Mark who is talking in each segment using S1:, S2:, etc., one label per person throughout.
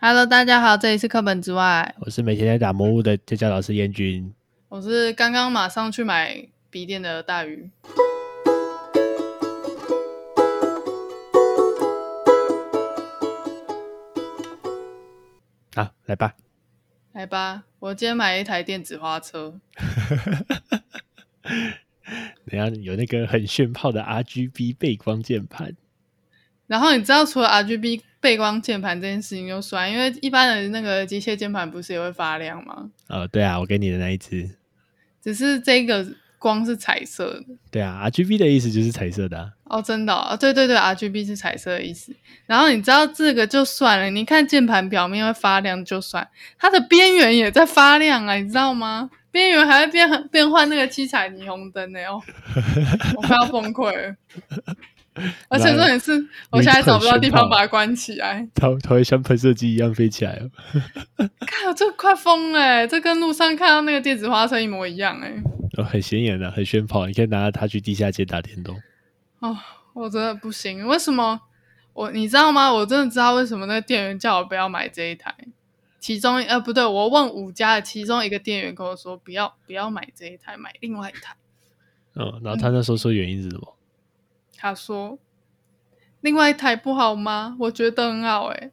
S1: Hello，大家好，这里是课本之外，
S2: 我是每天在打魔物的家教老师燕君。
S1: 我是刚刚马上去买笔电的大鱼。
S2: 好，来吧。
S1: 来吧，我今天买了一台电子花车，
S2: 等一下有那个很炫炮的 RGB 背光键盘，
S1: 然后你知道除了 RGB 背光键盘这件事情就算，因为一般的那个机械键盘不是也会发亮吗？
S2: 呃，对啊，我给你的那一只，
S1: 只是这个光是彩色的。
S2: 对啊，RGB 的意思就是彩色的、啊。
S1: 哦，真的哦，哦对对对，RGB 是彩色的意思。然后你知道这个就算了，你看键盘表面会发亮就算，它的边缘也在发亮啊，你知道吗？边缘还会变变换那个七彩霓虹灯呢、哦，我快要崩溃了。而且重点是，我现在找不到地方把它关起来，
S2: 它它会像喷射机一样飞起来哦。
S1: 看我这快疯了、欸，这跟路上看到那个电子花车一模一样哎、
S2: 哦，很显眼的、啊，很炫跑，你可以拿它去地下街打电动。
S1: 哦，我真的不行，为什么我你知道吗？我真的知道为什么那个店员叫我不要买这一台。其中呃不对，我问五家的其中一个店员跟我说不要不要买这一台，买另外一台。
S2: 嗯，然后他那时候说原因是什么？
S1: 他说另外一台不好吗？我觉得很好哎、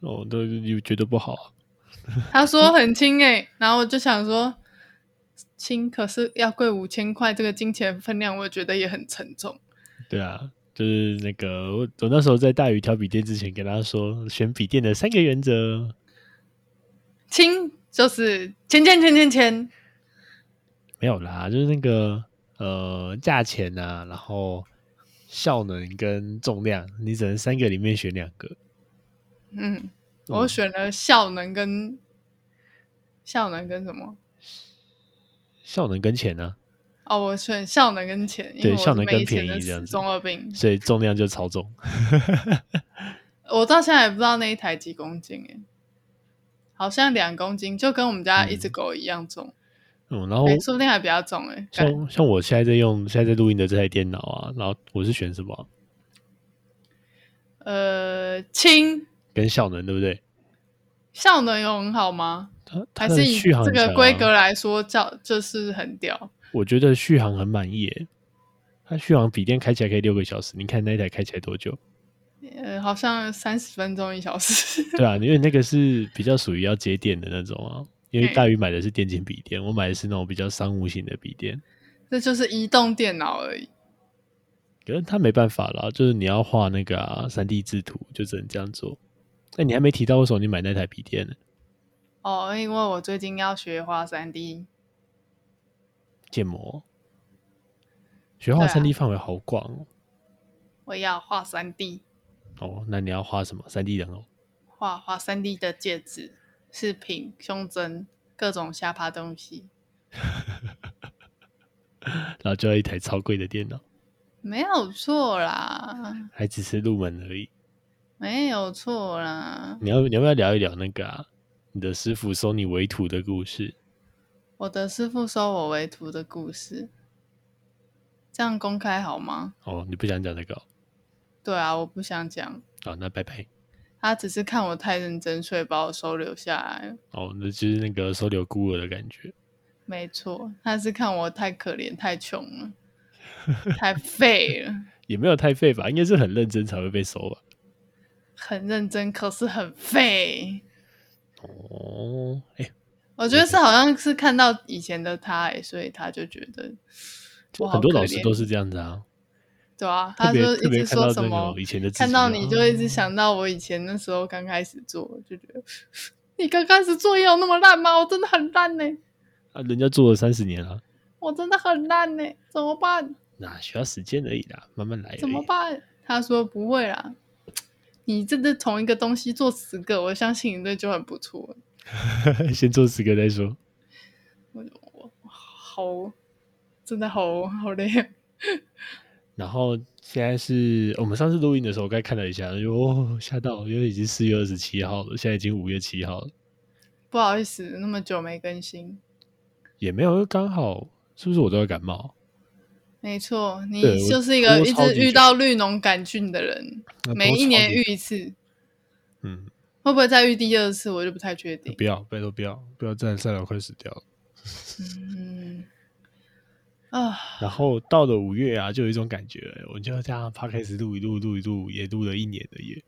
S2: 哦，都你觉得不好啊、
S1: 他说很轻哎、然后我就想说轻可是要贵五千块，这个金钱分量我觉得也很沉重。
S2: 对啊，就是那个我我那时候在大宇挑笔电之前，跟他说选笔电的三个原则，
S1: 轻就是钱钱钱钱钱，
S2: 没有啦，就是那个呃价钱啊，然后效能跟重量，你只能三个里面选两个。
S1: 嗯，我选了效能跟、效能跟什么？
S2: 效能跟钱啊呢、
S1: 哦，我选效能跟钱，因
S2: 对
S1: 为我
S2: 效
S1: 是
S2: 能
S1: 没
S2: 跟
S1: 钱
S2: 便
S1: 的
S2: 宜这样
S1: 死
S2: 子
S1: 中二病。
S2: 所以重量就超重。
S1: 我到现在也不知道那一台几公斤诶、好像两公斤，就跟我们家一只
S2: 嗯
S1: 狗一样重，
S2: 嗯，然后
S1: 哎、说不定还比较重诶、欸。
S2: 像像我现在在用现在在录音的这台电脑啊，然后我是选什么啊
S1: 呃，轻
S2: 跟效能对不对？
S1: 效能有很好吗？
S2: 它
S1: 还
S2: 它的
S1: 是以
S2: 续航
S1: 这
S2: 很
S1: 个
S2: 强
S1: 规
S2: 啊
S1: 格来说，叫就是很屌。
S2: 我觉得续航很满意耶。它续航笔电开起来可以六个小时，你看那一台开起来多久？
S1: 呃，好像三十分钟一小时。
S2: 对啊，因为那个是比较属于要节电的那种啊。因
S1: 嗯
S2: 为大宇买的是电竞笔电，我买的是那种比较商务型的笔电，
S1: 这就是移动电脑而已。
S2: 可是它没办法啦，就是你要画那个啊三 D 制图，就只能这样做。那你还没提到为什么你买那台笔电呢？
S1: 哦，因为我最近要学画三 D，
S2: 建模，学画
S1: 对啊
S2: 三 D 范围好广哦。
S1: 我要画三 D，
S2: 哦，那你要画什么？三 D 人哦，
S1: 画画三 D 的戒指、饰品、胸针，各种瞎趴东西。
S2: 然后就要一台超贵的电脑，
S1: 没有错啦，
S2: 还只是入门而已。
S1: 没有错啦。
S2: 你要你要不要聊一聊那个啊？你的师傅收你为徒的故事？
S1: 我的师傅收我为徒的故事，这样公开好吗？
S2: 哦，你不想讲这个哦？
S1: 对啊，我不想讲。
S2: 好，那拜拜。
S1: 他只是看我太认真，所以把我收留下来了。
S2: 哦，那就是那个收留孤儿的感觉。
S1: 没错，他是看我太可怜、太穷了、太废了，
S2: 也没有太废吧，应该是很认真才会被收吧。
S1: 很认真，可是很废。
S2: 哦，哎、
S1: 我觉得是好像是看到以前的他、欸，所以他就觉得
S2: 就
S1: 我好
S2: 很多
S1: 可
S2: 老师
S1: 怜
S2: 都是这样子啊，
S1: 对啊，
S2: 特
S1: 他
S2: 别
S1: 就
S2: 特
S1: 一
S2: 别
S1: 直
S2: 看
S1: 说
S2: 到
S1: 什
S2: 那
S1: 么
S2: 个以前的自己、啊，
S1: 看到你就一直想到我以前那时候刚开始做，就觉得嗯你刚开始做也有那么烂吗？我真的很烂呢、
S2: 啊，人家做了三十年了、
S1: 我真的很烂呢、怎么办？
S2: 那、需要时间而已啦，慢慢来而已。
S1: 怎么办？他说不会啦，你真的同一个东西做十个，我相信你这就很不错了。
S2: 先做十个再说。
S1: 我我我好，真的好好累。啊
S2: 然后现在是我们上次录音的时候，我刚看了一下，就哦吓到，因为已经四月二十七号了，现在已经五月七号了，
S1: 不好意思，那么久没更新。
S2: 也没有，因为刚好是不是我都要感冒？
S1: 没错，
S2: 对
S1: 你
S2: 我
S1: 就是一个
S2: 拖
S1: 一
S2: 超
S1: 直
S2: 级
S1: 遇
S2: 久
S1: 到绿脓杆菌的人，
S2: 那
S1: 每
S2: 多
S1: 一
S2: 超
S1: 年
S2: 级
S1: 遇一次。
S2: 嗯，
S1: 会不会再遇第二次，我就不太确定。
S2: 不要，拜托不要，不要再赛老快死掉了。
S1: 嗯啊，
S2: 然后到了五月啊，就有一种感觉了，我就这样 p o d c a s 录一录，录一录，也录了一年了耶，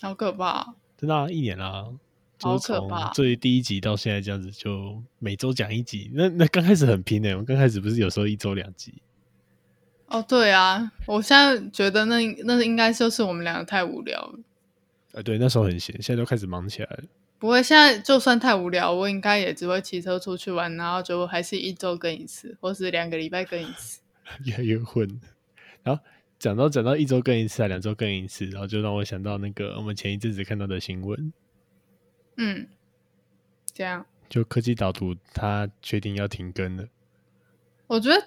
S1: 好可怕！
S2: 真的啊、一年啦、啊。就
S1: 好
S2: 是
S1: 可
S2: 从
S1: 怕
S2: 最第一集到现在这样子，就每周讲一集。那那刚开始很拼欸的、我们刚开始不是有时候一周两集，
S1: 哦，对啊，我现在觉得那那应该就是我们两个太无聊了。
S2: 呃，对，那时候很闲，现在都开始忙起来了。
S1: 不会，现在就算太无聊，我应该也只会骑车出去玩，然后就还是一周更一次，或是两个礼拜更一次。
S2: 越来越混。然后讲到讲到一周更一次啊，两周更一次，然后就让我想到那个我们前一阵子看到的新闻，
S1: 嗯，这样
S2: 就科技导读它确定要停更了。
S1: 我觉得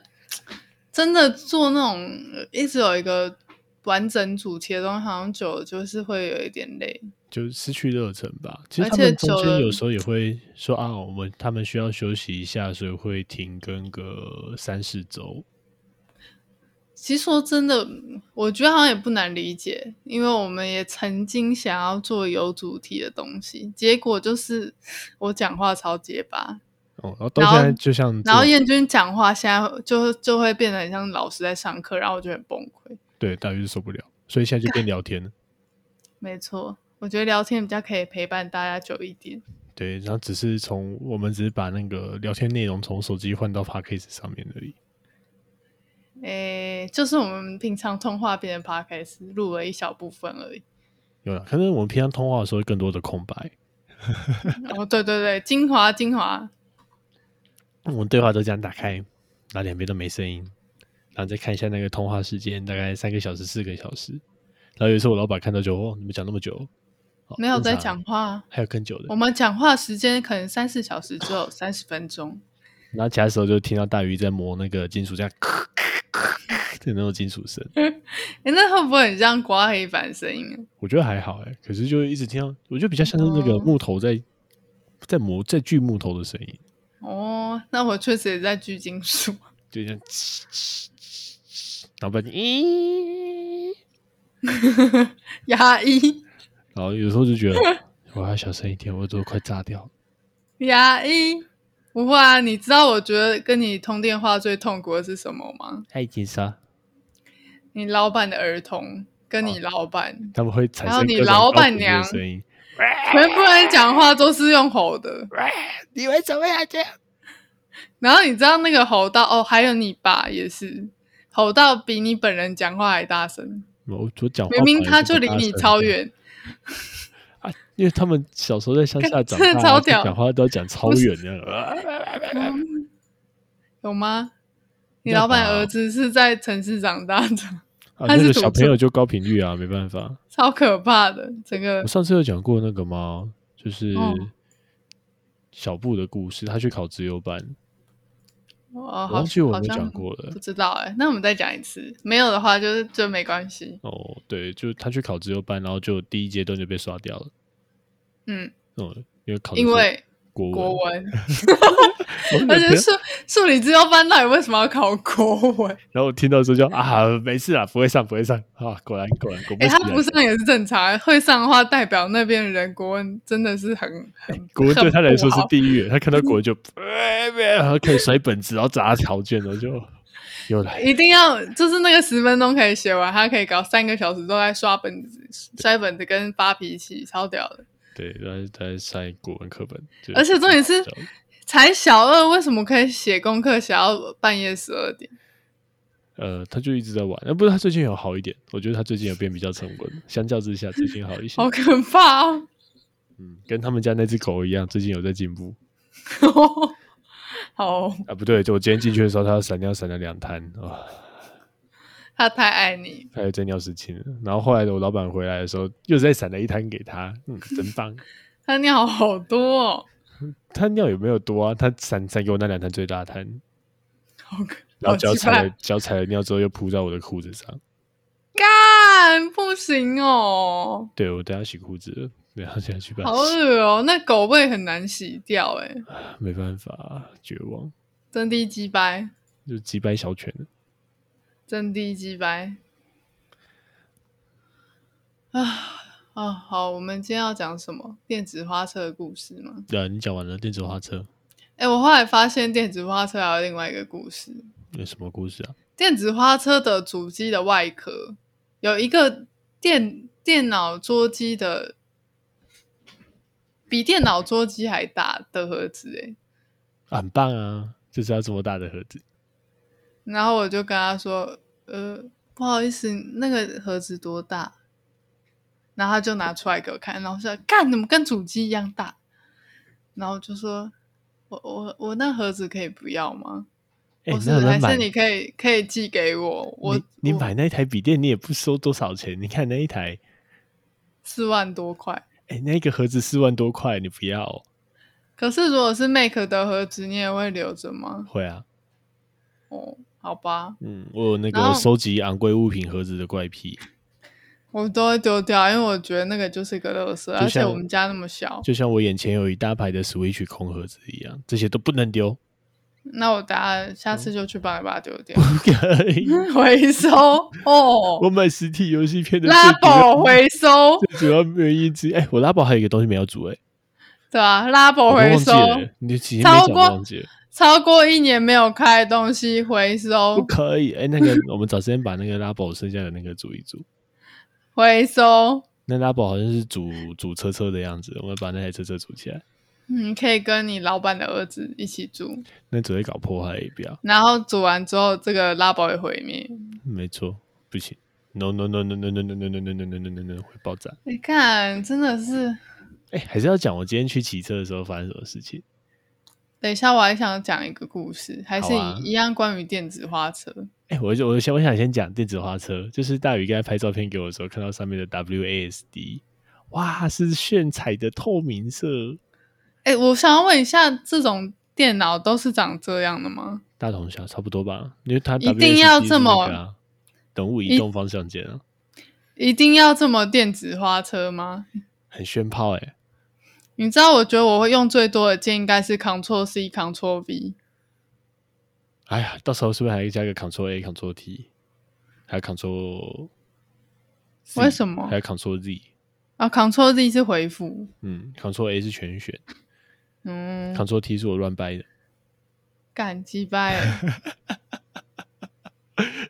S1: 真的做那种呃一直有一个完整主题的东西，好像久了就是会有一点累。
S2: 就失去热忱吧。其实
S1: 而
S2: 他
S1: 且
S2: 们中
S1: 久
S2: 间
S1: 了
S2: 有时候也会说啊，我们他们需要休息一下，所以会停更个三四周。
S1: 其实说真的，嗯我觉得好像也不难理解，因为我们也曾经想要做有主题的东西，结果就是我讲话超结巴，
S2: 哦，然后到
S1: 然后
S2: 现在就像这
S1: 然后
S2: 种
S1: 燕君讲话现在就就会变得很像老师在上课，然后我就很崩溃。
S2: 对，大约是受不了，所以现在就变聊天了。
S1: 没错，我觉得聊天比较可以陪伴大家久一点。
S2: 对，然后只是从我们只是把那个聊天内容从手机换到 p a c k a g e 上面而已。
S1: 诶，就是我们平常通话变成 podcast 录了一小部分而已。
S2: 有了，可能我们平常通话的时候更多的空白，
S1: 哦，对对对，精华精华，
S2: 我们对话都这样打开，然后两边都没声音，然后再看一下那个通话时间，大概三个小时、四个小时。然后有一次我老板看到就哦，你们讲那么久，哦
S1: 没有在，
S2: 正
S1: 讲
S2: 常
S1: 话。
S2: 还有更久的
S1: 我。们讲话时间可能三四小时，只有三十分钟。
S2: 然后其他时候就听到大鱼在磨那个金属，这样咳咳咳咳的那种金属声，
S1: 哎，那会不会很像刮黑板声音啊？
S2: 我觉得还好哎、可是就一直听到，我觉得比较像是那个
S1: 哦
S2: 木头在在磨在锯木头的声音，
S1: 哦，那我确实也在聚金属。
S2: 就这样嘶嘶嘶嘶，然后不然就咦。
S1: 牙医，
S2: 然后有时候就 觉得我要小声一点，我都快炸掉了。
S1: 牙医，不会啊！你知道我觉得跟你通电话最痛苦的是什么吗？
S2: 爱情杀，
S1: 你老板的儿童跟你老板，
S2: 他们会产
S1: 还有
S2: 生
S1: 你
S2: 各种
S1: 老
S2: 高
S1: 板
S2: 频率的
S1: 娘
S2: 声音。
S1: 全部人讲话都是用吼的。
S2: 你为什么要这样？
S1: 然后你知道那个吼到哦，还有你爸也是吼到比你本人讲话还大声，
S2: 我我讲话
S1: 明明
S2: 本
S1: 他
S2: 来
S1: 就
S2: 不
S1: 离
S2: 大
S1: 你
S2: 声
S1: 超
S2: 的
S1: 远，
S2: 啊，因为他们小时候在乡下长
S1: 真的
S2: 大，
S1: 超
S2: 就
S1: 屌
S2: 讲话都要讲超
S1: 不是
S2: 远 的。啊
S1: 有吗？你
S2: 要
S1: 老板
S2: 吧
S1: 儿子是在城市长大的，
S2: 啊，
S1: 他
S2: 那
S1: 是
S2: 个
S1: 土
S2: 小朋
S1: 著
S2: 友就高频率啊，没办法。
S1: 超可怕的。整个
S2: 我上次有讲过那个吗？就是
S1: 哦
S2: 小布的故事，他去考自由班，
S1: 哦，
S2: 我
S1: 好
S2: 忘记我有
S1: 好
S2: 没有
S1: 像
S2: 讲过了
S1: 不知道哎、那我们再讲一次，没有的话就是就没关系。
S2: 哦，对，就是他去考自由班，然后就第一阶段就被刷掉了。
S1: 嗯，
S2: 嗯，因为考的
S1: 因
S2: 是
S1: 为
S2: 国文，哦
S1: 国文，
S2: 我 就
S1: 而
S2: 觉
S1: 且
S2: 得
S1: 数数理之优班到底为什么要考国文？
S2: 然后我听到之后就啊，没事啦，不会上，不会上啊，果然果然果不
S1: 哎、
S2: 其
S1: 他
S2: 然，
S1: 不上也是正常，啊会上的话代表那边的人国文真的是很很啊
S2: 国文对他来
S1: 很
S2: 说是
S1: 不好
S2: 地狱，他看到国 文就呃然后开始甩本子，然后砸考卷，然后 就又来，
S1: 一定要就是那个十分钟可以写完，他可以搞三个小时都在刷本子、摔本子跟发脾气，超屌的。
S2: 对，然后在晒国文课本，就
S1: 而且重点是
S2: 这样
S1: 才小二，为什么可以写功课写到半夜十二点？
S2: 呃，他就一直在玩，那、不是他最近有好一点，我觉得他最近有变比较沉稳，相较之下最近好一些
S1: 好，可怕哦！
S2: 嗯，跟他们家那只狗一样，最近有在进步
S1: 哦 好，
S2: 啊，不对，就我今天进去的时候，它闪尿闪了两滩啊。
S1: 他太爱你，
S2: 他又在尿失禁了。然后后来我老板回来的时候，又再散了一滩给他，嗯，真棒。
S1: 他尿好多、哦，
S2: 他尿也没有多啊，他散散给我那两滩最大滩，
S1: 好可，
S2: 然后
S1: 好
S2: 脚
S1: 奇
S2: 踩
S1: 怪
S2: 了，脚踩了尿之后又扑在我的裤子上。
S1: 干不行哦，
S2: 对我等下洗裤子了，然后现在去把
S1: 好恶哦，那狗味很难洗掉哎，
S2: 没办法，绝望，
S1: 真低鸡掰，
S2: 就几百小犬。
S1: 真低鸡掰啊！啊，好，我们今天要讲什么？电子花车的故事吗？
S2: 对啊，你讲完了电子花车
S1: 哎、我后来发现电子花车还有另外一个故事。
S2: 有什么故事啊？
S1: 电子花车的主机的外壳有一个电电脑桌机的比电脑桌机还大的盒子欸诶、
S2: 啊很棒啊，就是要这么大的盒子。
S1: 然后我就跟他说，呃，不好意思，那个盒子多大？然后他就拿出来给我看，然后说，干，怎么跟主机一样大？然后我就说，我我我那盒子可以不要吗？
S2: 哎、
S1: 或
S2: 你
S1: 是
S2: 那有没
S1: 还
S2: 有买
S1: 是？你可以可以寄给我，我
S2: 你你
S1: 我
S2: 买那台笔电，你也不收多少钱。你看那一台，
S1: 四万多块。
S2: 哎、那个盒子四万多块，你不要哦、
S1: 可是如果是 Make 的盒子，你也会留着吗？
S2: 会啊，
S1: 哦，好吧，
S2: 嗯，我有那
S1: 然
S2: 个
S1: 后
S2: 收集昂贵物品盒子的怪癖，
S1: 我都会丢掉，因为我觉得那个就是个垃圾，而且
S2: 像
S1: 我们家那么小，
S2: 就像我眼前有一大排的 Switch 空盒子一样，这些都不能丢，
S1: 那我等下下次就去帮你把它丢 掉，
S2: 不可以。
S1: 回收
S2: 我
S1: 哦，
S2: 买实体游戏片的
S1: 拉
S2: 最主要
S1: 宝回 收，
S2: 最主要原因之一，哎、我拉宝还有一个东西没有煮、哎，
S1: 对吧、拉
S2: 我
S1: 宝
S2: 都
S1: 回
S2: 忘记
S1: 收，
S2: 了，你就直接没讲
S1: 超过
S2: 忘记了，
S1: 超过一年没有开的东西回
S2: 不
S1: 收，
S2: 可以。哎、那个我们找时间把那个拉宝剩下的那个煮一煮。
S1: 回收，
S2: 那拉宝好像是煮煮车车的样子，我们把那台车车煮起来，
S1: 嗯，可以跟你老板的儿子一起住，
S2: 那只会搞破坏，也不要。
S1: 然后煮完之后，这个拉宝也毁灭。
S2: 没错，不行。No no no no no no no no no no no no no no no 会爆炸。
S1: 你看，真的是，
S2: 哎、还是要讲我今天去骑车的时候发生什么事情。
S1: 等一下我还想讲一个故事，还是
S2: 好啊
S1: 一一样关于电子花车。
S2: 哎、我就我先我想先讲电子花车，就是大宇刚才拍照片给我的时候，看到上面的 WASD，哇，是炫彩的透明色，
S1: 哎、我想要问一下，这种电脑都是长这样的吗？
S2: 大同小异差不多吧？因为它
S1: 一定要
S2: WASD 是
S1: 这么
S2: 那个啊等物移
S1: 一
S2: 动方向键啊，
S1: 一定要这么电子花车吗？
S2: 很炫炮哎、
S1: 你知道，我觉得我会用最多的键应该是 Ctrl C、Ctrl V。
S2: 哎呀，到时候是不是还要加个 Ctrl A、Ctrl T，还有 Ctrl？C，
S1: 为什么
S2: 还有 Ctrl Z，
S1: 啊，Ctrl Z 是回复。
S2: 嗯，Ctrl A 是全选
S1: 嗯，
S2: ，Ctrl T 是我乱掰的。
S1: 干鸡掰了。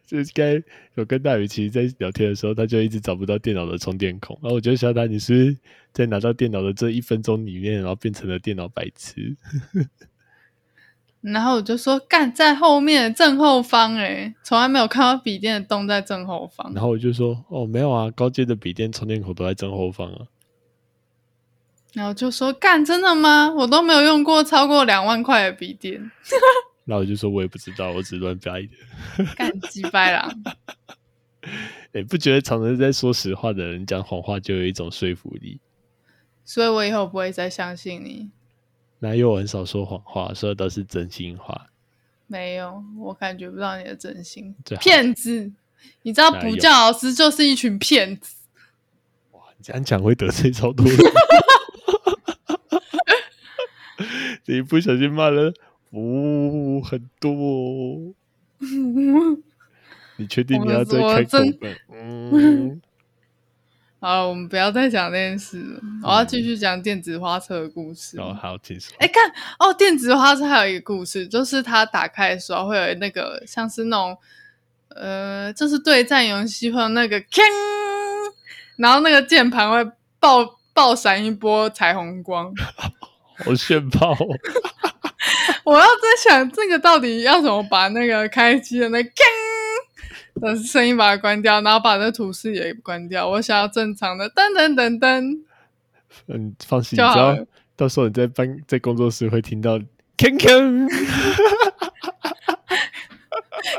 S2: 就是该有跟大宇其实在聊天的时候，他就一直找不到电脑的充电孔，然后我就想他，你是不是在拿到电脑的这一分钟里面，然后变成了电脑白痴？
S1: 然后我就说，干在后面的正后方、欸，从来没有看到笔电的洞在正后方。
S2: 然后我就说，哦，没有啊，高阶的笔电充电口都在正后方啊。
S1: 然后就说：“干，真的吗？我都没有用过超过两万块的笔电，
S2: 然后我就说，我也不知道，我只是乱掰的。
S1: 干鸡掰啦！
S2: 哎，不觉得常常在说实话的人讲谎话就有一种说服力？
S1: 所以我以后不会再相信你。
S2: 哪有我很少说谎话，说的都是真心话。
S1: 没有，我感觉不到你的真心
S2: 最，好
S1: 骗子！你知道
S2: 哪有
S1: 补教老师就是一群骗子。
S2: 你这样讲会得罪超 多人。你不小心骂了，哦，很多哦。你确定你要再开口本？嗯，
S1: 好了，我们不要再讲这件事了，我要继续讲电子花车的故事。
S2: 哦，好，请说。
S1: 哎、看哦，电子花车还有一个故事，就是它打开的时候会有那个像是那种呃，就是对战游戏会有那个锵，然后那个键盘会爆爆闪一波彩虹光。
S2: 好炫炮、哦！
S1: 我要在想这个到底要怎么把那个开机的那锵的声音把它关掉，然后把那图示也关掉。我想要正常的噔噔噔噔。
S2: 嗯，放心，
S1: 就
S2: 你知
S1: 好了
S2: 道，到时候你在办在工作室会听到铿铿。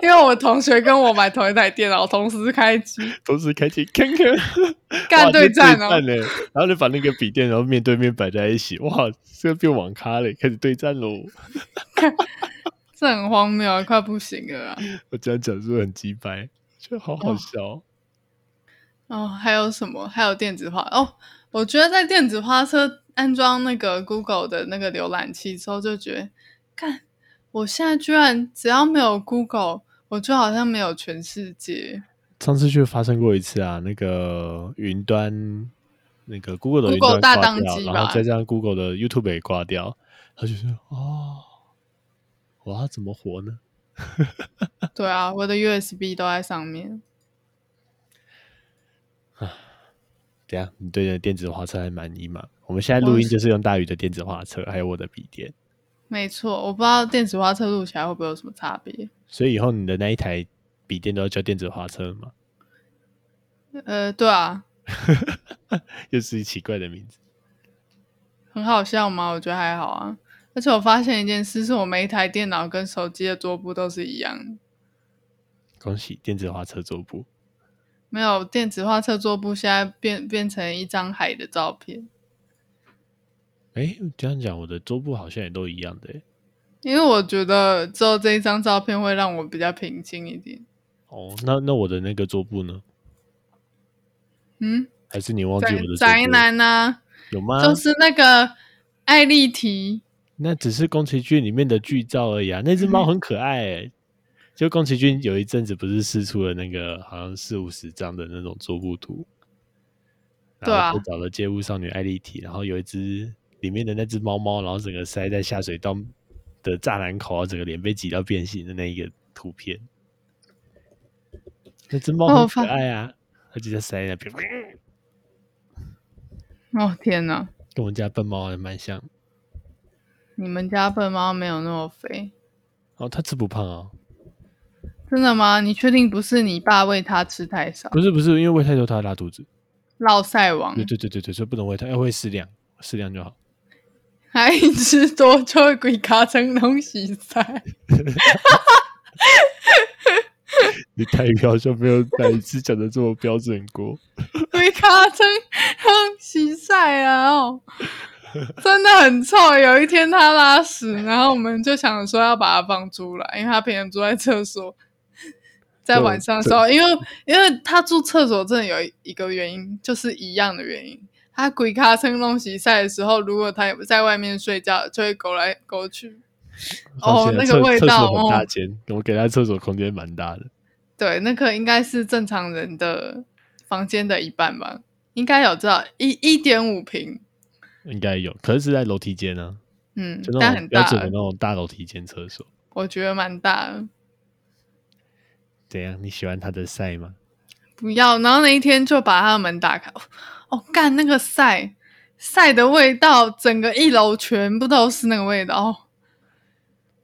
S1: 因为我同学跟我买同一台电脑，同时开机
S2: 同时开启铿铿，
S1: 干
S2: 哇
S1: 对战哦。
S2: 这对战欸然后你把那个笔电，然后面对面摆在一起，哇，这个变网咖嘞，开始对战喽。
S1: 这很荒谬啊，快不行了啊！
S2: 我这样讲是不是很鸡掰？觉得好好笑哦、
S1: 哦，还有什么？还有电子化哦，我觉得在电子花车安装那个 Google 的那个浏览器之后，就觉得，看我现在居然只要没有 Google，我就好像没有 全世界。
S2: 上次就发生过一次啊，那个云端那个 Google 的云
S1: Google
S2: 端
S1: 大
S2: 挂
S1: 宕
S2: 掉，
S1: 机
S2: 然后
S1: 吧
S2: 再让 Google 的 YouTube 也挂掉，他就说哦，我要怎么活呢？
S1: 对啊，我的 USB 都在上面。
S2: 怎样？你对你的电子画册还满意吗？我们现在录
S1: 我
S2: 音就是用大宇的电子画册，还有我的笔电，
S1: 没错，我不知道电子花车录起来会不会有什么差别。
S2: 所以以后你的那一台笔电都要叫电子画册吗？
S1: 呃，对啊，
S2: 又是一奇怪的名字。
S1: 很好笑吗？我觉得还好啊。而且我发现一件事，是我每一台电脑跟手机的桌布都是一样的。
S2: 恭喜电子画册桌布，
S1: 没有电子画册桌布，现在变变成一张海的照片，
S2: 哎，这样讲我的桌布好像也都一样的诶
S1: 因为我觉得之后这一张照片会让我比较平静一点。
S2: 哦。那那我的那个桌布呢？
S1: 嗯，
S2: 还是你忘记我
S1: 宅
S2: 的桌布
S1: 宅男呐、
S2: 有吗？
S1: 就是那个艾丽缇，
S2: 那只是宫崎骏里面的剧照而已啊。那只
S1: 嗯
S2: 猫很可爱、欸，就宫崎骏有一阵子不是试出了那个好像四五十张的那种桌布图，
S1: 对啊
S2: 然后就找了街舞少女艾丽缇，然后有一只里面的那只猫猫，然后整个塞在下水道的栅栏口，然后整个脸被挤到变形的那一个图片。那只猫
S1: 哦我
S2: 很
S1: 发
S2: 可爱啊，它就在塞在那边，
S1: 哦天哪，
S2: 跟我们家笨猫还蛮像。
S1: 你们家笨猫没有那么肥，
S2: 哦，它吃不胖啊、
S1: 真的吗？你确定不是你爸喂它吃太少？
S2: 不是不是，因为喂太多它会拉肚子。
S1: 落赛王
S2: 对对对对对，所以不能喂它，要喂适量，适量就好。
S1: 还一吃多就会鬼卡成龙洗 菜，
S2: 你台语好像没有哪一次讲的这么标准过。
S1: 鬼卡成龙洗菜啊！哦，真的很臭。有一天它拉屎，然后我们就想说要把它放出来，因为它平常住在厕 所，在晚上的时候，因为因为它住厕所真的有一个原因，就是一样的原因。它鬼卡成龙洗菜的时候，如果它在外面睡觉，就会勾来勾去。 哦
S2: 放心啊
S1: 那个
S2: 厕
S1: 味
S2: 厕
S1: 道
S2: 所很大
S1: 哦
S2: 间，我给它厕所空间蛮大的。
S1: 对，那个应该是正常人的房间的一半吧，应该有这一一点五平，
S2: 应该有，可是是在楼梯间啊，
S1: 嗯
S2: 就，
S1: 但
S2: 那种
S1: 很
S2: 标
S1: 大
S2: 准，的那种大楼梯间厕所。
S1: 我觉得蛮大的。
S2: 怎样？你喜欢它的晒吗？
S1: 不要，然后那一天就把他的门打开，哦，干那个晒晒的味道，整个一楼全部都是那个味道，哦、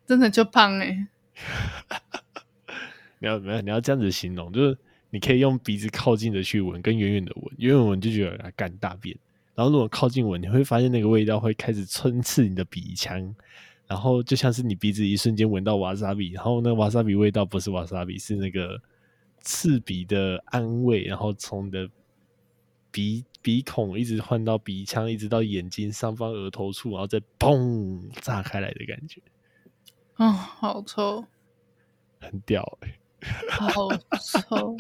S1: 真的就胖哎、
S2: 你要没有？你要这样子形容，就是你可以用鼻子靠近的去闻，跟远远的闻，远远闻就觉得啊干大便，然后如果靠近闻，你会发现那个味道会开始穿刺你的鼻腔，然后就像是你鼻子一瞬间闻到瓦萨比，然后那瓦萨比味道不是瓦萨比，是那个刺鼻的安慰，然后从你的鼻鼻孔一直换到鼻腔，一直到眼睛上方额头处，然后再砰炸开来的感觉，
S1: 哦，好臭，
S2: 很屌、欸。
S1: 好臭。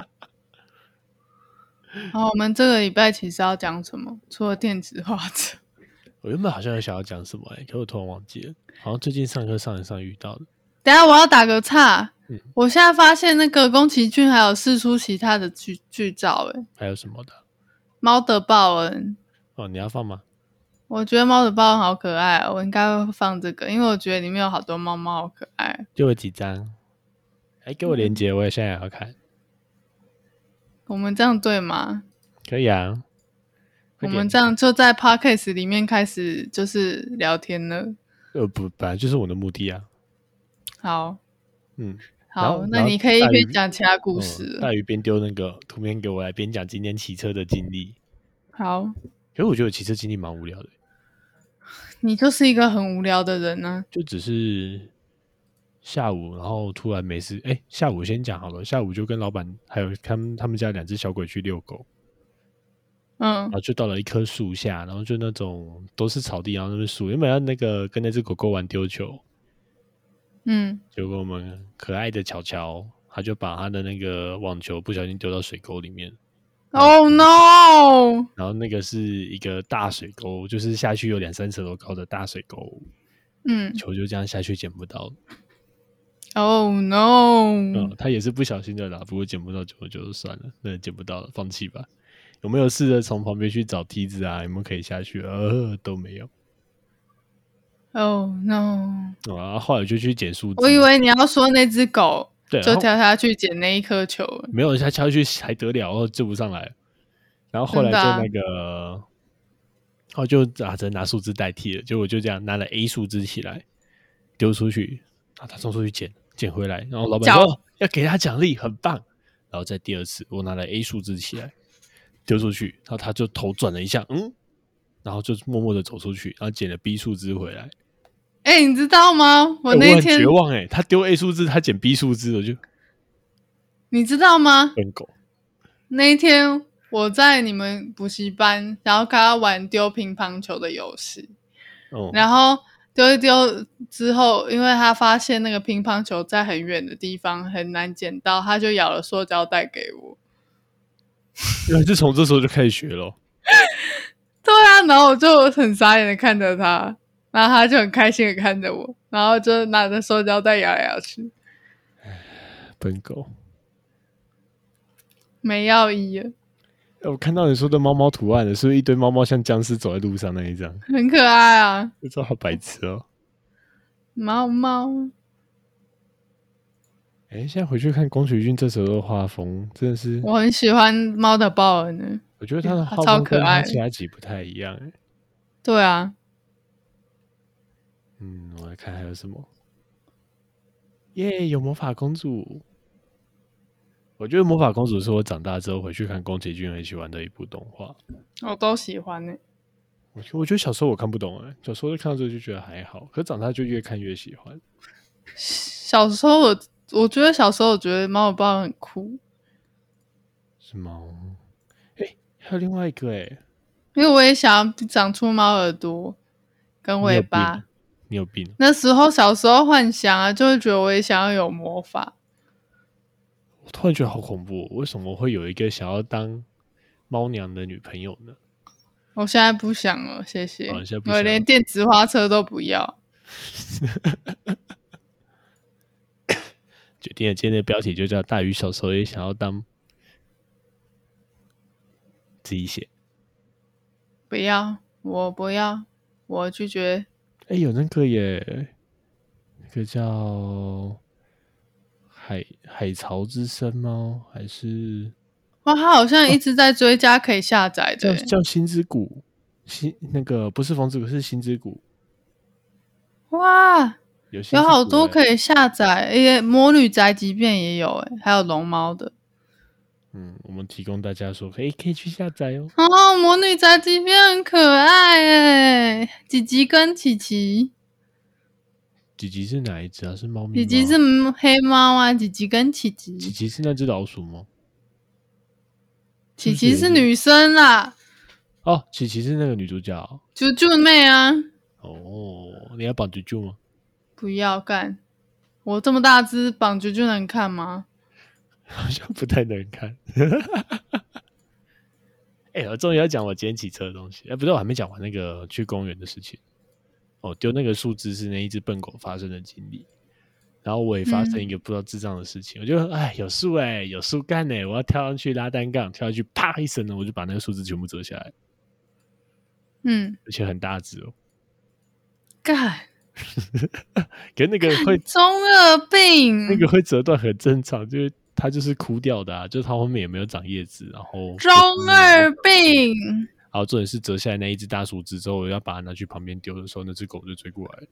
S1: 好，我们这个礼拜其实要讲什么？除了电子化车。
S2: 我原本好像有想要讲什么、欸，可我突然忘记了，好像最近上课上一上遇到的。
S1: 等一下我要打个岔，
S2: 嗯
S1: 我现在发现那个宫崎骏还有试出其他的剧剧照，诶，《
S2: 还有什么的？
S1: 猫的报恩》，
S2: 哦，你要放吗？
S1: 我觉得《猫的报恩》好可爱、哦，我应该会放这个，因为我觉得里面有好多猫猫，好可爱。
S2: 就有几张。哎，给我链接，我也现在也要看。
S1: 我们这样对吗？
S2: 可以啊。
S1: 我
S2: 快点
S1: 们这样就在 podcast 里面开始就是聊天了。
S2: 呃不，本来就是我的目的啊。
S1: 好，
S2: 嗯，然后
S1: 好，那
S2: 然后
S1: 你可以一
S2: 大鱼
S1: 边讲其他故
S2: 嗯
S1: 事了。
S2: 大鱼边丢那个图片给我来，边讲今天骑车的经历。
S1: 好，
S2: 可是我觉得我骑车经历蛮无聊的，
S1: 你就是一个很无聊的人啊呢、
S2: 就只是下午，然后突然没事。哎，下午先讲好了，下午就跟老板还有他们他们家两只小鬼去遛狗。
S1: 嗯
S2: 然，后就到了一棵树下，然后就那种都是草地，然后那边树，原本要那个跟那只狗狗玩丢球，
S1: 嗯，
S2: 结果我们可爱的巧巧，他就把他的那个网球不小心丢到水沟里面，
S1: 哦、no！
S2: 然后那个是一个大水沟，就是下去有两三层楼高的大水沟，
S1: 嗯
S2: 球就这样下去捡不到，嗯
S1: ，Oh no！嗯
S2: 嗯，他也是不小心的啦，不过捡不到就就算了，那捡不到了，放弃吧。有没有试着从旁边去找梯子啊？有没有可以下去？呃，都没有。
S1: Oh no！
S2: 啊，后来就去捡树枝。
S1: 我以为你要说那只狗
S2: 对，
S1: 就
S2: 然后
S1: 跳下去捡那一颗球了。
S2: 没有下下去还得了，然后救不上来。然后后来
S1: 真的啊
S2: 就那个，然后就啊，只能拿树枝代替了。结果就这样拿了 A 树枝起来丢出去，啊，他冲出去捡，捡回来，然后老板
S1: 奖
S2: 说、哦要给他奖励，很棒。然后再第二次，我拿了 A 树枝起来丢出去，然后他就头转了一下，嗯，然后就默默的走出去，然后捡了 B 树枝回来。
S1: 哎、你知道吗？我
S2: 哎
S1: 那
S2: 很
S1: 天、
S2: 绝望哎、他丢 A 树枝，他捡 B 树枝，我就
S1: 你知道吗？
S2: 笨狗。
S1: 那一天我在你们补习班，然后跟他玩丢乒乓球的游戏，
S2: 哦、
S1: 然后丢一丢之后，因为他发现那个乒乓球在很远的地方很难捡到，他就咬了塑胶袋给我。
S2: 后 就从这时候就开始学了哦。
S1: 对啊，然后我就很傻眼的看着他，然后他就很开心的看着我，然后就拿着塑胶袋咬来咬去，
S2: 笨狗。
S1: 没药医了，
S2: 呃我看到你说的猫猫图案了，是不是一堆猫猫像僵尸走在路上那一张？
S1: 很可爱啊，
S2: 这张好白痴哦！
S1: 猫猫。
S2: 哎、现在回去看宫崎骏这时候的画风，真的是，
S1: 我很喜欢猫的报恩呢。
S2: 我觉得他的
S1: 嗯
S2: 画
S1: 超
S2: 风
S1: 可
S2: 跟
S1: 爱
S2: 他其他集不太一样、诶
S1: 对啊，
S2: 嗯，我来看还有什么？耶、有魔法公主。我觉得魔法公主是我长大之后回去看宫崎骏很喜欢的一部动画。
S1: 我都喜欢呢。
S2: 我觉我觉得小时候我看不懂哎、诶小时候就看到这个就觉得还好，可长大就越看越喜欢。
S1: 小时候我我觉得小时候我觉得猫的报恩很酷，
S2: 是吗？哎、还有另外一个哎、诶
S1: 因为我也想要长出猫耳朵跟
S2: 你
S1: 尾
S2: 有病
S1: 巴。，
S2: 你有病。
S1: 那时候小时候幻想啊，就会觉得我也想要有魔法。
S2: 我突然觉得好恐怖哦、为什么会有一个想要当猫娘的女朋友呢？
S1: 我现在不想了，谢谢。
S2: 哦你现在不想
S1: 我连电子花车都不要。
S2: 决定了今天的标题就叫“大鱼小时候也想要当”，自己写。
S1: 不要，我不要，我拒绝。
S2: 哎、有那个耶，那个叫海海潮之声吗？还是
S1: 哇，他好像一直在追加可以下载的欸
S2: 叫
S1: 耶。
S2: 叫星之谷？新那个不是风之谷，是星之谷。
S1: 哇，
S2: 有星
S1: 有
S2: 之
S1: 好
S2: 谷
S1: 多
S2: 耶
S1: 可以下载，耶，魔女宅急便也有，哎，还有龙猫的。
S2: 嗯，我们提供大家说，可以可以去下载哦。
S1: 哦，魔女宅急便很可爱哎，吉吉跟琪琪，
S2: 吉吉是哪一只啊？是猫咪
S1: 吉
S2: 吗？
S1: 吉是黑猫啊，吉吉跟琪
S2: 琪
S1: 琪，
S2: 琪是那只老鼠吗？
S1: 琪琪是女生啦，
S2: 哦，琪琪是那个女主角哦。
S1: 啾啾妹啊，
S2: 哦你要绑啾啾吗？
S1: 不要干，我这么大只绑啾啾能看吗？
S2: 好像不太能看。 哎、我终于要讲我今天骑车的东西。哎、不对，我还没讲完那个去公园的事情。哦，丢那个树枝是那一只笨狗发生的经历。然后我也发生一个不知道智障的事情，我就哎有树哎、有树干哎、我要跳上去拉单杠，跳上去啪一声呢，我就把那个树枝全部折下来，
S1: 嗯，
S2: 而且很大只哦。
S1: 干，
S2: 可是那个会
S1: 中二病，
S2: 那个会折断很正常，就是它就是枯掉的啊，就是它后面也没有长叶子，然后
S1: 中二病，
S2: 然后重点是折下来那一只大树枝之后，我要把它拿去旁边丢的时候，那只狗就追过来了，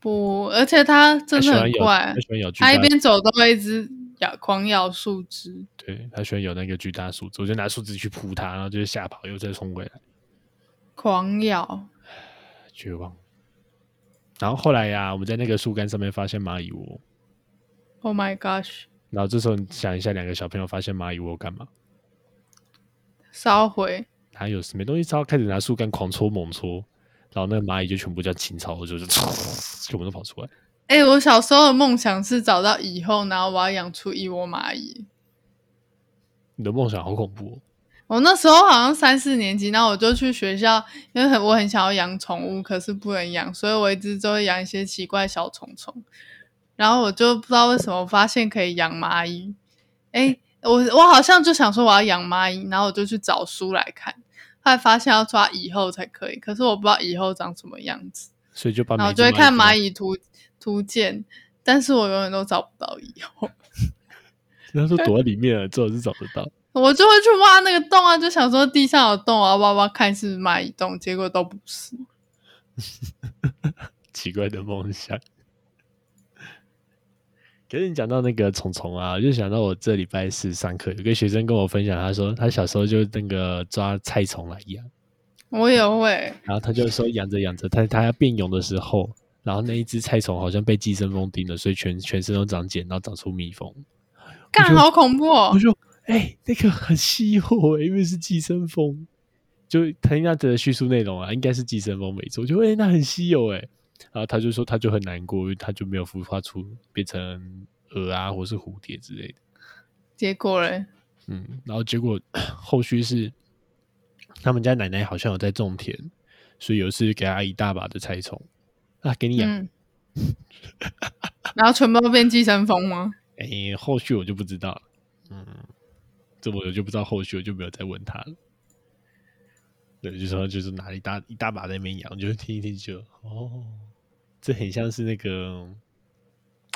S1: 不，而且它真
S2: 它喜
S1: 的
S2: 欢
S1: 很
S2: 咬，
S1: 怪
S2: 它，喜欢咬巨
S1: 它一
S2: 大，
S1: 边走都会一直咬，狂咬树枝，
S2: 对，它喜欢咬那个巨大树枝，我就拿树枝去扑它，然后就是吓跑，又再冲回来，
S1: 狂咬。
S2: 绝望。然后后来呀、我们在那个树干上面发现蚂蚁窝，
S1: Oh my gosh！
S2: 然后这时候你想一下，两个小朋友发现蚂蚁窝干嘛？
S1: 烧毁，
S2: 哪有什么东西烧？开始拿树干狂戳猛戳，然后那个蚂蚁就全部叫倾巢而出，就是 全部都跑出来。
S1: 哎、我小时候的梦想是找到蚁后，然后我要养出一窝蚂蚁。
S2: 你的梦想好恐怖、哦！
S1: 我那时候好像三四年级，然后我就去学校，因为很我很想要养宠物，可是不能养，所以我一直都会养一些奇怪小虫虫。然后我就不知道为什么发现可以养蚂蚁，哎、我我好像就想说我要养蚂蚁，然后我就去找书来看，后来发现要抓蚁后才可以，可是我不知道蚁后长什么样子，
S2: 所以就把
S1: 然后
S2: 每
S1: 我
S2: 只
S1: 哦就会看
S2: 蚂
S1: 蚂
S2: 蚁
S1: 蚁图图鉴，但是我永远都找不到蚁后，
S2: 丢 掉，他说躲在里面了，最好是找得到。
S1: 我就会去挖那个洞啊，就想说地上有洞，我要挖挖看是不是蚂蚁洞，结果都不是。
S2: 奇怪的梦想。可是你讲到那个虫虫啊，我就想到我这礼拜四上课，有个学生跟我分享，他说他小时候就那个抓菜虫来养，
S1: 我也会，
S2: 然后他就说养着养着，他他要变蛹的时候，然后那一只菜虫好像被寄生蜂叮了，所以全全身都长茧，然后长出蜜蜂。
S1: 干好恐怖哦
S2: 我！就哎、那个很稀有、欸，因为是寄生蜂。就他那的叙述内容啊，应该是寄生蜂没错。就哎、欸那很稀有哎、然后他就说他就很难过，因为他就没有孵化出变成蛾啊，或是蝴蝶之类的。
S1: 结果嘞，
S2: 嗯，然后结果 后续是他们家奶奶好像有在种田，所以有一次给他一大把的菜虫啊，给你养。
S1: 嗯，然后全部都变寄生蜂吗？
S2: 哎、后续我就不知道了。嗯，这我就不知道后续，我就没有再问他了。对，就说就是拿了一大一大把在那边养，就听一听就哦，这很像是那个，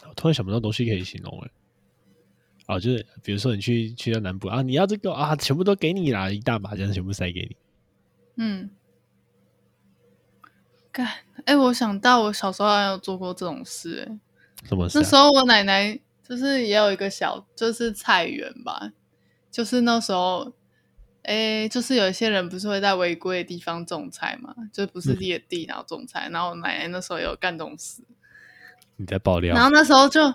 S2: 我突然想不到东西可以形容哎。哦，就是比如说你去去到南部啊，你要这个啊，全部都给你啦，一大把这样全部塞给你。
S1: 嗯，干，哎、我想到我小时候好像有做过这种事、欸，
S2: 什么事、
S1: 那
S2: 啊
S1: 时？候我奶奶就是也有一个小，就是菜园吧，就是那时候，诶，就是有一些人不是会在违规的地方种菜嘛，就不是
S2: 嗯
S1: 自己的地，然后种菜。然后我奶奶那时候也有干这种事，
S2: 你在爆料
S1: 然？后那时候就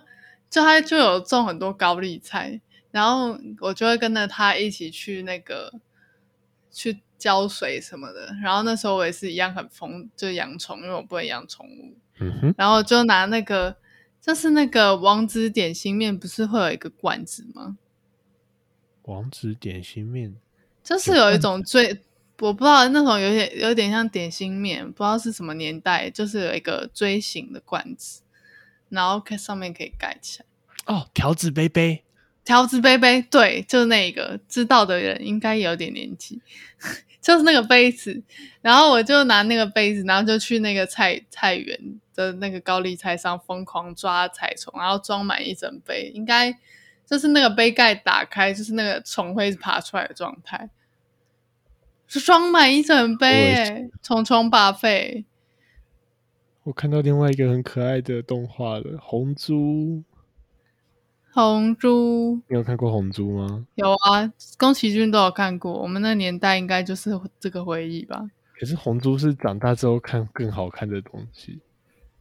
S1: 就她就有种很多高丽菜，然后我就会跟着她一起去那个去浇水什么的。然后那时候我也是一样很疯，就养虫，因为我不会养宠物。
S2: 嗯哼，
S1: 然后就拿那个，就是那个王子点心面，不是会有一个罐子吗？
S2: 王子点心面，
S1: 就是有一种最，我不知道那种有点有点像点心面，不知道是什么年代，就是有一个锥形的罐子，然后可以上面可以盖起来。
S2: 哦，条子杯杯，
S1: 条子杯杯，对，就是那一个，知道的人应该也有点年纪， 就是那个杯子。然后我就拿那个杯子，然后就去那个菜菜园的那个高丽菜上疯狂抓菜虫，然后装满一整杯，应该就是那个杯盖打开，就是那个虫会爬出来的状态，是装满一整杯、
S2: 我也
S1: 欸，虫虫把费。
S2: 我看到另外一个很可爱的动画了，红猪。
S1: 红猪
S2: 你有看过红猪吗？
S1: 有啊，宫崎骏都有看过，我们那年代应该就是这个回忆吧。
S2: 可是红猪是长大之后看更好看的东西，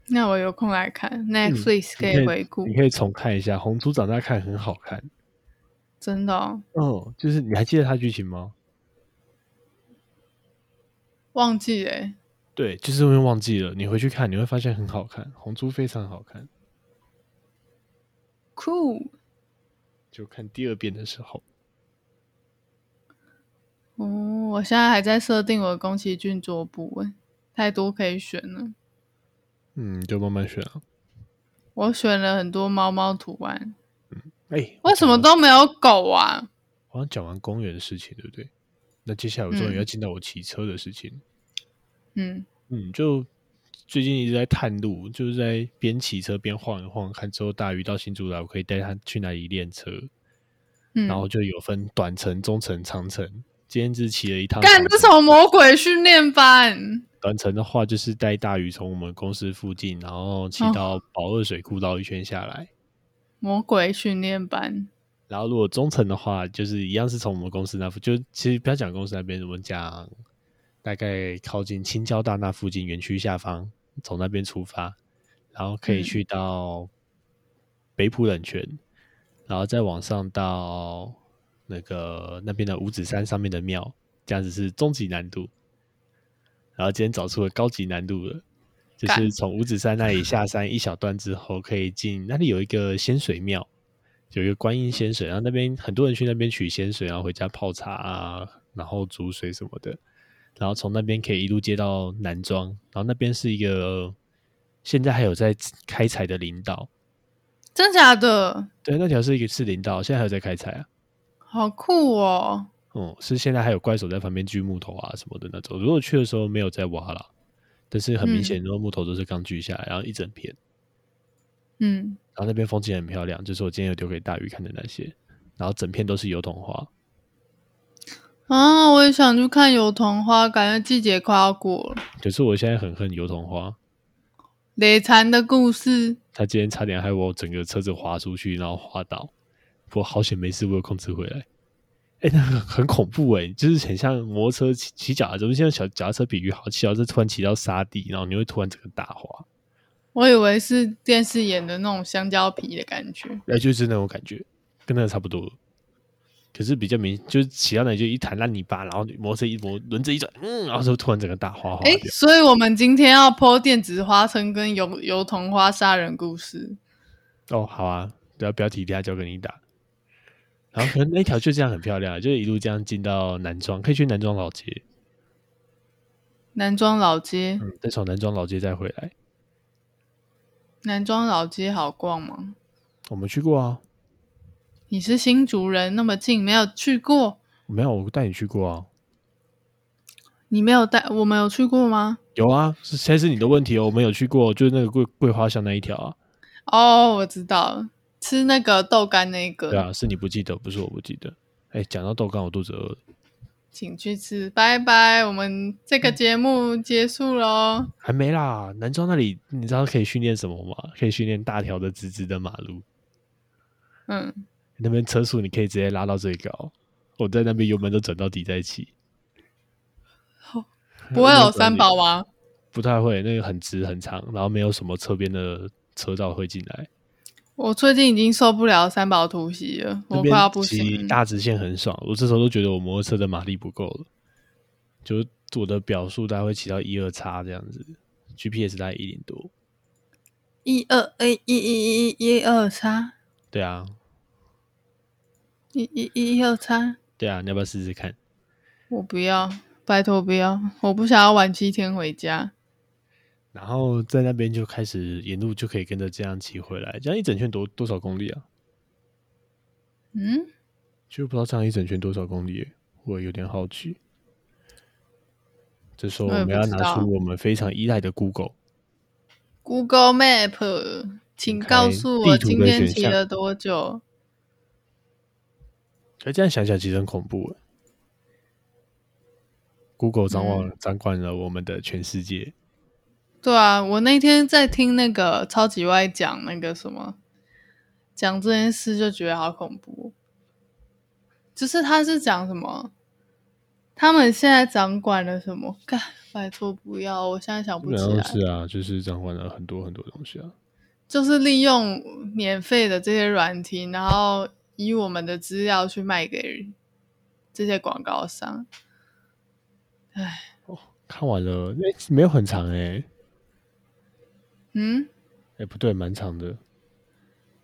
S1: 那我有空来看 Netflix 可
S2: 嗯你
S1: 以回顾
S2: 你，可以重看一下。红猪长大看很好看，
S1: 真的哦、
S2: 嗯，就是你还记得它剧情吗？
S1: 忘记哎、欸，
S2: 对，就是因为忘记了，你回去看你会发现很好看，红猪非常好看。
S1: 酷
S2: 就看第二遍的时候，
S1: 哦！我现在还在设定我的宫崎骏桌布哎、太多可以选了。
S2: 嗯，就慢慢选啊。
S1: 我选了很多猫猫图案，
S2: 哎、
S1: 为什么
S2: 都
S1: 都没有狗啊？
S2: 好像讲完公园的事情，对不对？那接下来我终于
S1: 嗯
S2: 要进到我骑车的事情。
S1: 嗯，
S2: 嗯，就最近一直在探路，就是在边骑车边晃一晃，看之后大鱼到新竹来，我可以带他去哪里练车。
S1: 嗯
S2: 然后就有分短程、中程、长程。今天只骑了一趟
S1: 干
S2: 长
S1: 这
S2: 程
S1: 种魔鬼训练班，
S2: 短程的话，就是带大鱼从我们公司附近，然后骑
S1: 哦
S2: 到宝二水库绕一圈下来。
S1: 魔鬼训练班，
S2: 然后如果中程的话，就是一样是从我们公司那附，就其实不要讲公司那边，我们讲大概靠近青交大那附近园区下方，从那边出发，然后可以
S1: 嗯
S2: 去到北浦冷泉，然后再往上到那个那边的五指山上面的庙，这样子是中级难度。然后今天找出了高级难度了，就
S1: 干
S2: 是从五指山那里下山一小段之后，可以进那里有一个仙水庙，有一个观音仙水，然后那边很多人去那边取仙水，然后回家泡茶啊，然后煮水什么的。然后从那边可以一路接到南庄，然后那边是一个现在还有在开采的林道，
S1: 真假的？
S2: 对，那条是一个是林道，现在还有在开采啊。
S1: 好酷哦！
S2: 嗯，是现在还有怪手在旁边锯木头啊什么的那种。如果去的时候没有在挖啦，但是很明显，那木头都是刚锯下来，然后一整片，
S1: 嗯，
S2: 然后那边风景很漂亮，就是我今天有丢给大鱼看的那些，然后整片都是油桐花。
S1: 啊，我也想去看油桐花，感觉季节快要过了。
S2: 可是我现在很恨油桐花，
S1: 累残的故事，
S2: 它今天差点害我整个车子滑出去，然后滑倒。不过好险没事，我有控制回来。哎、那个很恐怖哎、就是很像摩托车骑骑脚踏车。我现在小脚踏车比喻好，骑脚踏车突然骑到沙地，然后你会突然整个打滑，
S1: 我以为是电视演的那种香蕉皮的感觉。
S2: 哎、就是那种感觉，跟那个差不多。可是比较明，就是骑到哪里就一滩烂泥巴，然后摩托车一摩轮子一转，嗯，然后就突然整个大滑滑
S1: 哎、
S2: 掉。
S1: 所以我们今天要剖电子花村跟油油桐花杀人故事。
S2: 哦，好啊，不要不要提他交给你打。然后可能那条就这样很漂亮，啊就是一路这样进到南庄，可以去南庄老街，
S1: 南庄老街，
S2: 嗯，再从南庄老街再回来。
S1: 南庄老街好逛吗？
S2: 我们去过啊，
S1: 你是新竹人，那么近没有去过？
S2: 没有，我带你去过啊，
S1: 你没有带我们有去过吗？
S2: 有啊，是才是你的问题哦，我们有去过，就是那个桂桂花巷那一条啊，
S1: 哦，我知道了，吃那个豆干那个，
S2: 对啊，是你不记得，不是我不记得。哎，讲到豆干，我肚子饿了，
S1: 请去吃，拜拜，我们这
S2: 嗯
S1: 个节目结束喽。
S2: 还没啦。南庄那里你知道可以训练什么吗？可以训练大条的直直的马路，
S1: 嗯，
S2: 那边车速你可以直接拉到最高。我在那边油门都转到底再骑，
S1: 不会有三宝吗？
S2: 不太会，那个很直很长，然后没有什么侧边的车道会进来。
S1: 我最近已经受不了三宝突袭了，
S2: 那
S1: 我快要不
S2: 边
S1: 行
S2: 骑
S1: 了。
S2: 大直线很爽，我这时候都觉得我摩托车的马力不够了，就是我的表速大概会骑到一二叉这样子，GPS 大概一点多。
S1: 一二哎一一一一一二叉，
S2: 对啊，
S1: 一一一一二叉，
S2: 对啊，你要不要试试看？
S1: 我不要，拜托不要，我不想要晚七天回家。
S2: 然后在那边就开始沿路就可以跟着这样骑回来，这样一整圈多多少公里啊？
S1: 嗯，
S2: 就不知道这样一整圈多少公里耶，我有点好奇。这时候
S1: 我
S2: 我
S1: 也
S2: 们
S1: 不
S2: 要
S1: 知
S2: 拿
S1: 道
S2: 出我们非常依赖的 Google。
S1: Google Map，请
S2: 开
S1: 告诉我
S2: 地图的
S1: 今天
S2: 选
S1: 骑
S2: 项
S1: 了多久？
S2: 可哎这样想想，其实很恐怖耶。Google
S1: 嗯
S2: 掌握掌管了我们的全世界，
S1: 对啊，我那天在听那个超级外讲那个什么，讲这件事就觉得好恐怖哦。就是他是讲什么？他们现在掌管了什么？干，拜托不要！我现在想
S2: 基
S1: 不
S2: 本
S1: 起
S2: 上
S1: 来。
S2: 是啊，就是掌管了很多很多东西啊。
S1: 就是利用免费的这些软体，然后以我们的资料去卖给这些广告商。
S2: 看完了，哎、没有很长哎、哎、
S1: 嗯，
S2: 不对，蛮长的，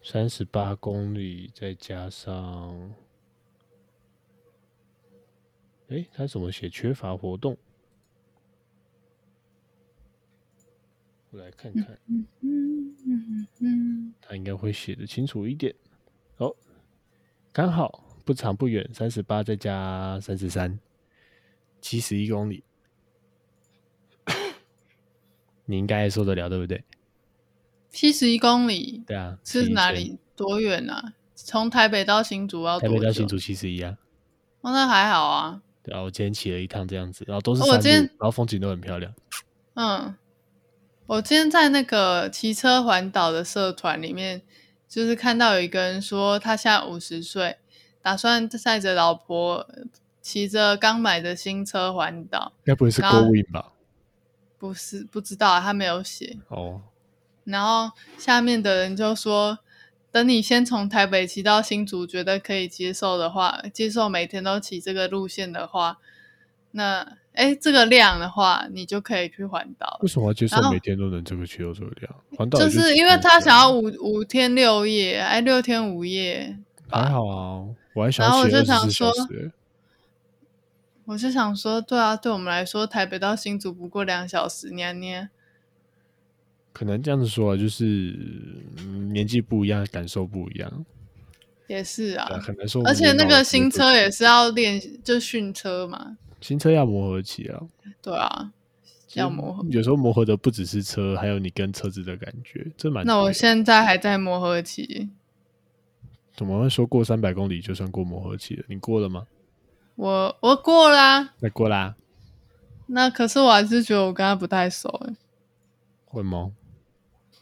S2: 三十八公里，再加上，哎、它怎么写缺乏活动？我来看看，
S1: 嗯嗯嗯，
S2: 他应该会写的清楚一点。哦，刚好不长不远，三十八再加三十三，七十一公里。 你应该也受得了，对不对？
S1: 七十一公里
S2: 对啊，
S1: 是
S2: 骑一
S1: 哪
S2: 圈？
S1: 里？多远啊？从台北到新竹要
S2: 台
S1: 多
S2: 北
S1: 久？
S2: 到新竹七十一啊。
S1: 哦，那还好啊。
S2: 对啊，我今天骑了一趟这样子，然后都是
S1: 哦我
S2: 山路，
S1: 今天
S2: 然后风景都很漂亮。
S1: 嗯，我今天在那个骑车环岛的社团里面，就是看到有一个人说，他现在五十岁，打算载着老婆呃骑着刚买的新车环岛，
S2: 该不会是
S1: 然后
S2: Going 吧？
S1: 不是不知道啊他没有写。
S2: 哦，
S1: 然后下面的人就说：“等你先从台北骑到新竹，觉得可以接受的话，接受每天都骑这个路线的话，那哎这个量的话，你就可以去环岛
S2: 为。什么要接受
S1: 然后
S2: 每天都能这个去欧洲这样？环岛也
S1: 就是
S2: 骑
S1: 因为
S2: 步
S1: 他
S2: 的
S1: 想要五五天六夜，哎六天五夜。
S2: 还好啊，我还想
S1: 然后
S2: 要
S1: 我
S2: 骑
S1: 就
S2: 二十
S1: 想
S2: 四小
S1: 说
S2: 时欸。
S1: 我就想说，对啊，对我们来说，台北到新竹不过两小时，娘娘。
S2: 可能这样子说啊，就是、嗯年纪不一样，感受不一样。
S1: 也是啊。
S2: 啊很难说。
S1: 而且那个新车也是要练，就训车嘛，
S2: 新车要磨合期啊，
S1: 对啊，要磨合。
S2: 有时候磨合的不只是车，还有你跟车子的感觉，这蛮。
S1: 那我现在还在磨合期，
S2: 怎么会说过三百公里就算过磨合期了？你过了吗？
S1: 我我过啦、
S2: 那过啦，
S1: 那可是我还是觉得我跟他不太熟、欸，
S2: 会吗？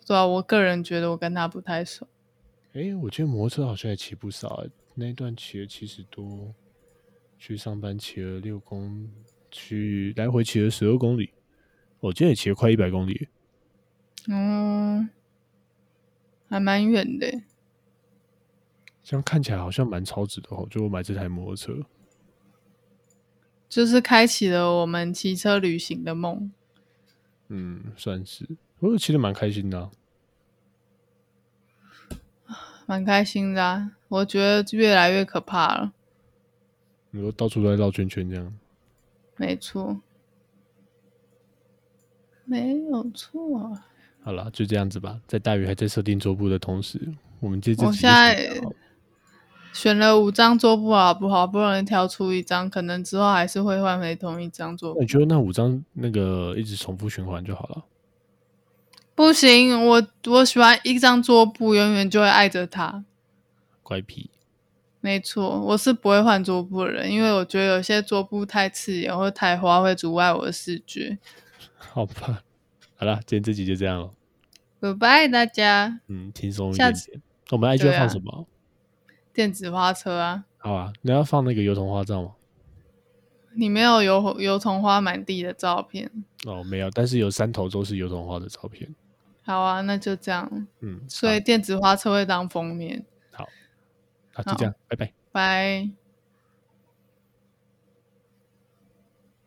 S1: 对啊，我个人觉得我跟他不太熟。
S2: 诶，我觉得摩托车好像也骑不少、欸，那一段骑了七十多，去上班骑了六公，去来回骑了十二公里，我今天也骑了快一百公里。
S1: 嗯，还蛮远的欸、
S2: 这样看起来好像蛮超值的哦！就我买这台摩托车，
S1: 就是开启了我们骑车旅行的梦。
S2: 嗯，算是，我骑得蛮开心的啊、
S1: 蛮开心的、啊，我觉得越来越可怕了。
S2: 你说到处都在绕圈圈这样，
S1: 没错，没有错啊。
S2: 好了，就这样子吧。在大鱼还在设定桌布的同时，我们接着
S1: 我现在选了五张桌布，好不好？不容易挑出一张，可能之后还是会换回同一张桌
S2: 那
S1: 布
S2: 你。觉得那五张那个一直重复循环就好了。
S1: 不行，我我喜欢一张桌布，永远就会爱着它。
S2: 乖皮，
S1: 没错，我是不会换桌布的人，因为我觉得有些桌布太刺眼或太花，会阻碍我的视觉。
S2: 好吧。好了，今天这集就这样了。
S1: Goodbye，大家，
S2: 嗯，轻松一
S1: 下
S2: 点
S1: 次
S2: 点。我们 IG
S1: 对
S2: 要放
S1: 啊
S2: 什么？
S1: 电子花车啊！
S2: 好啊，你要放那个油桐花照吗？
S1: 你没有油油桐花满地的照片。
S2: 哦，没有，但是有三头都是油桐花的照片。
S1: 好啊，那就这样。
S2: 嗯，
S1: 所以电子花车会当封面。
S2: 好，好，就这样，拜拜。
S1: 拜。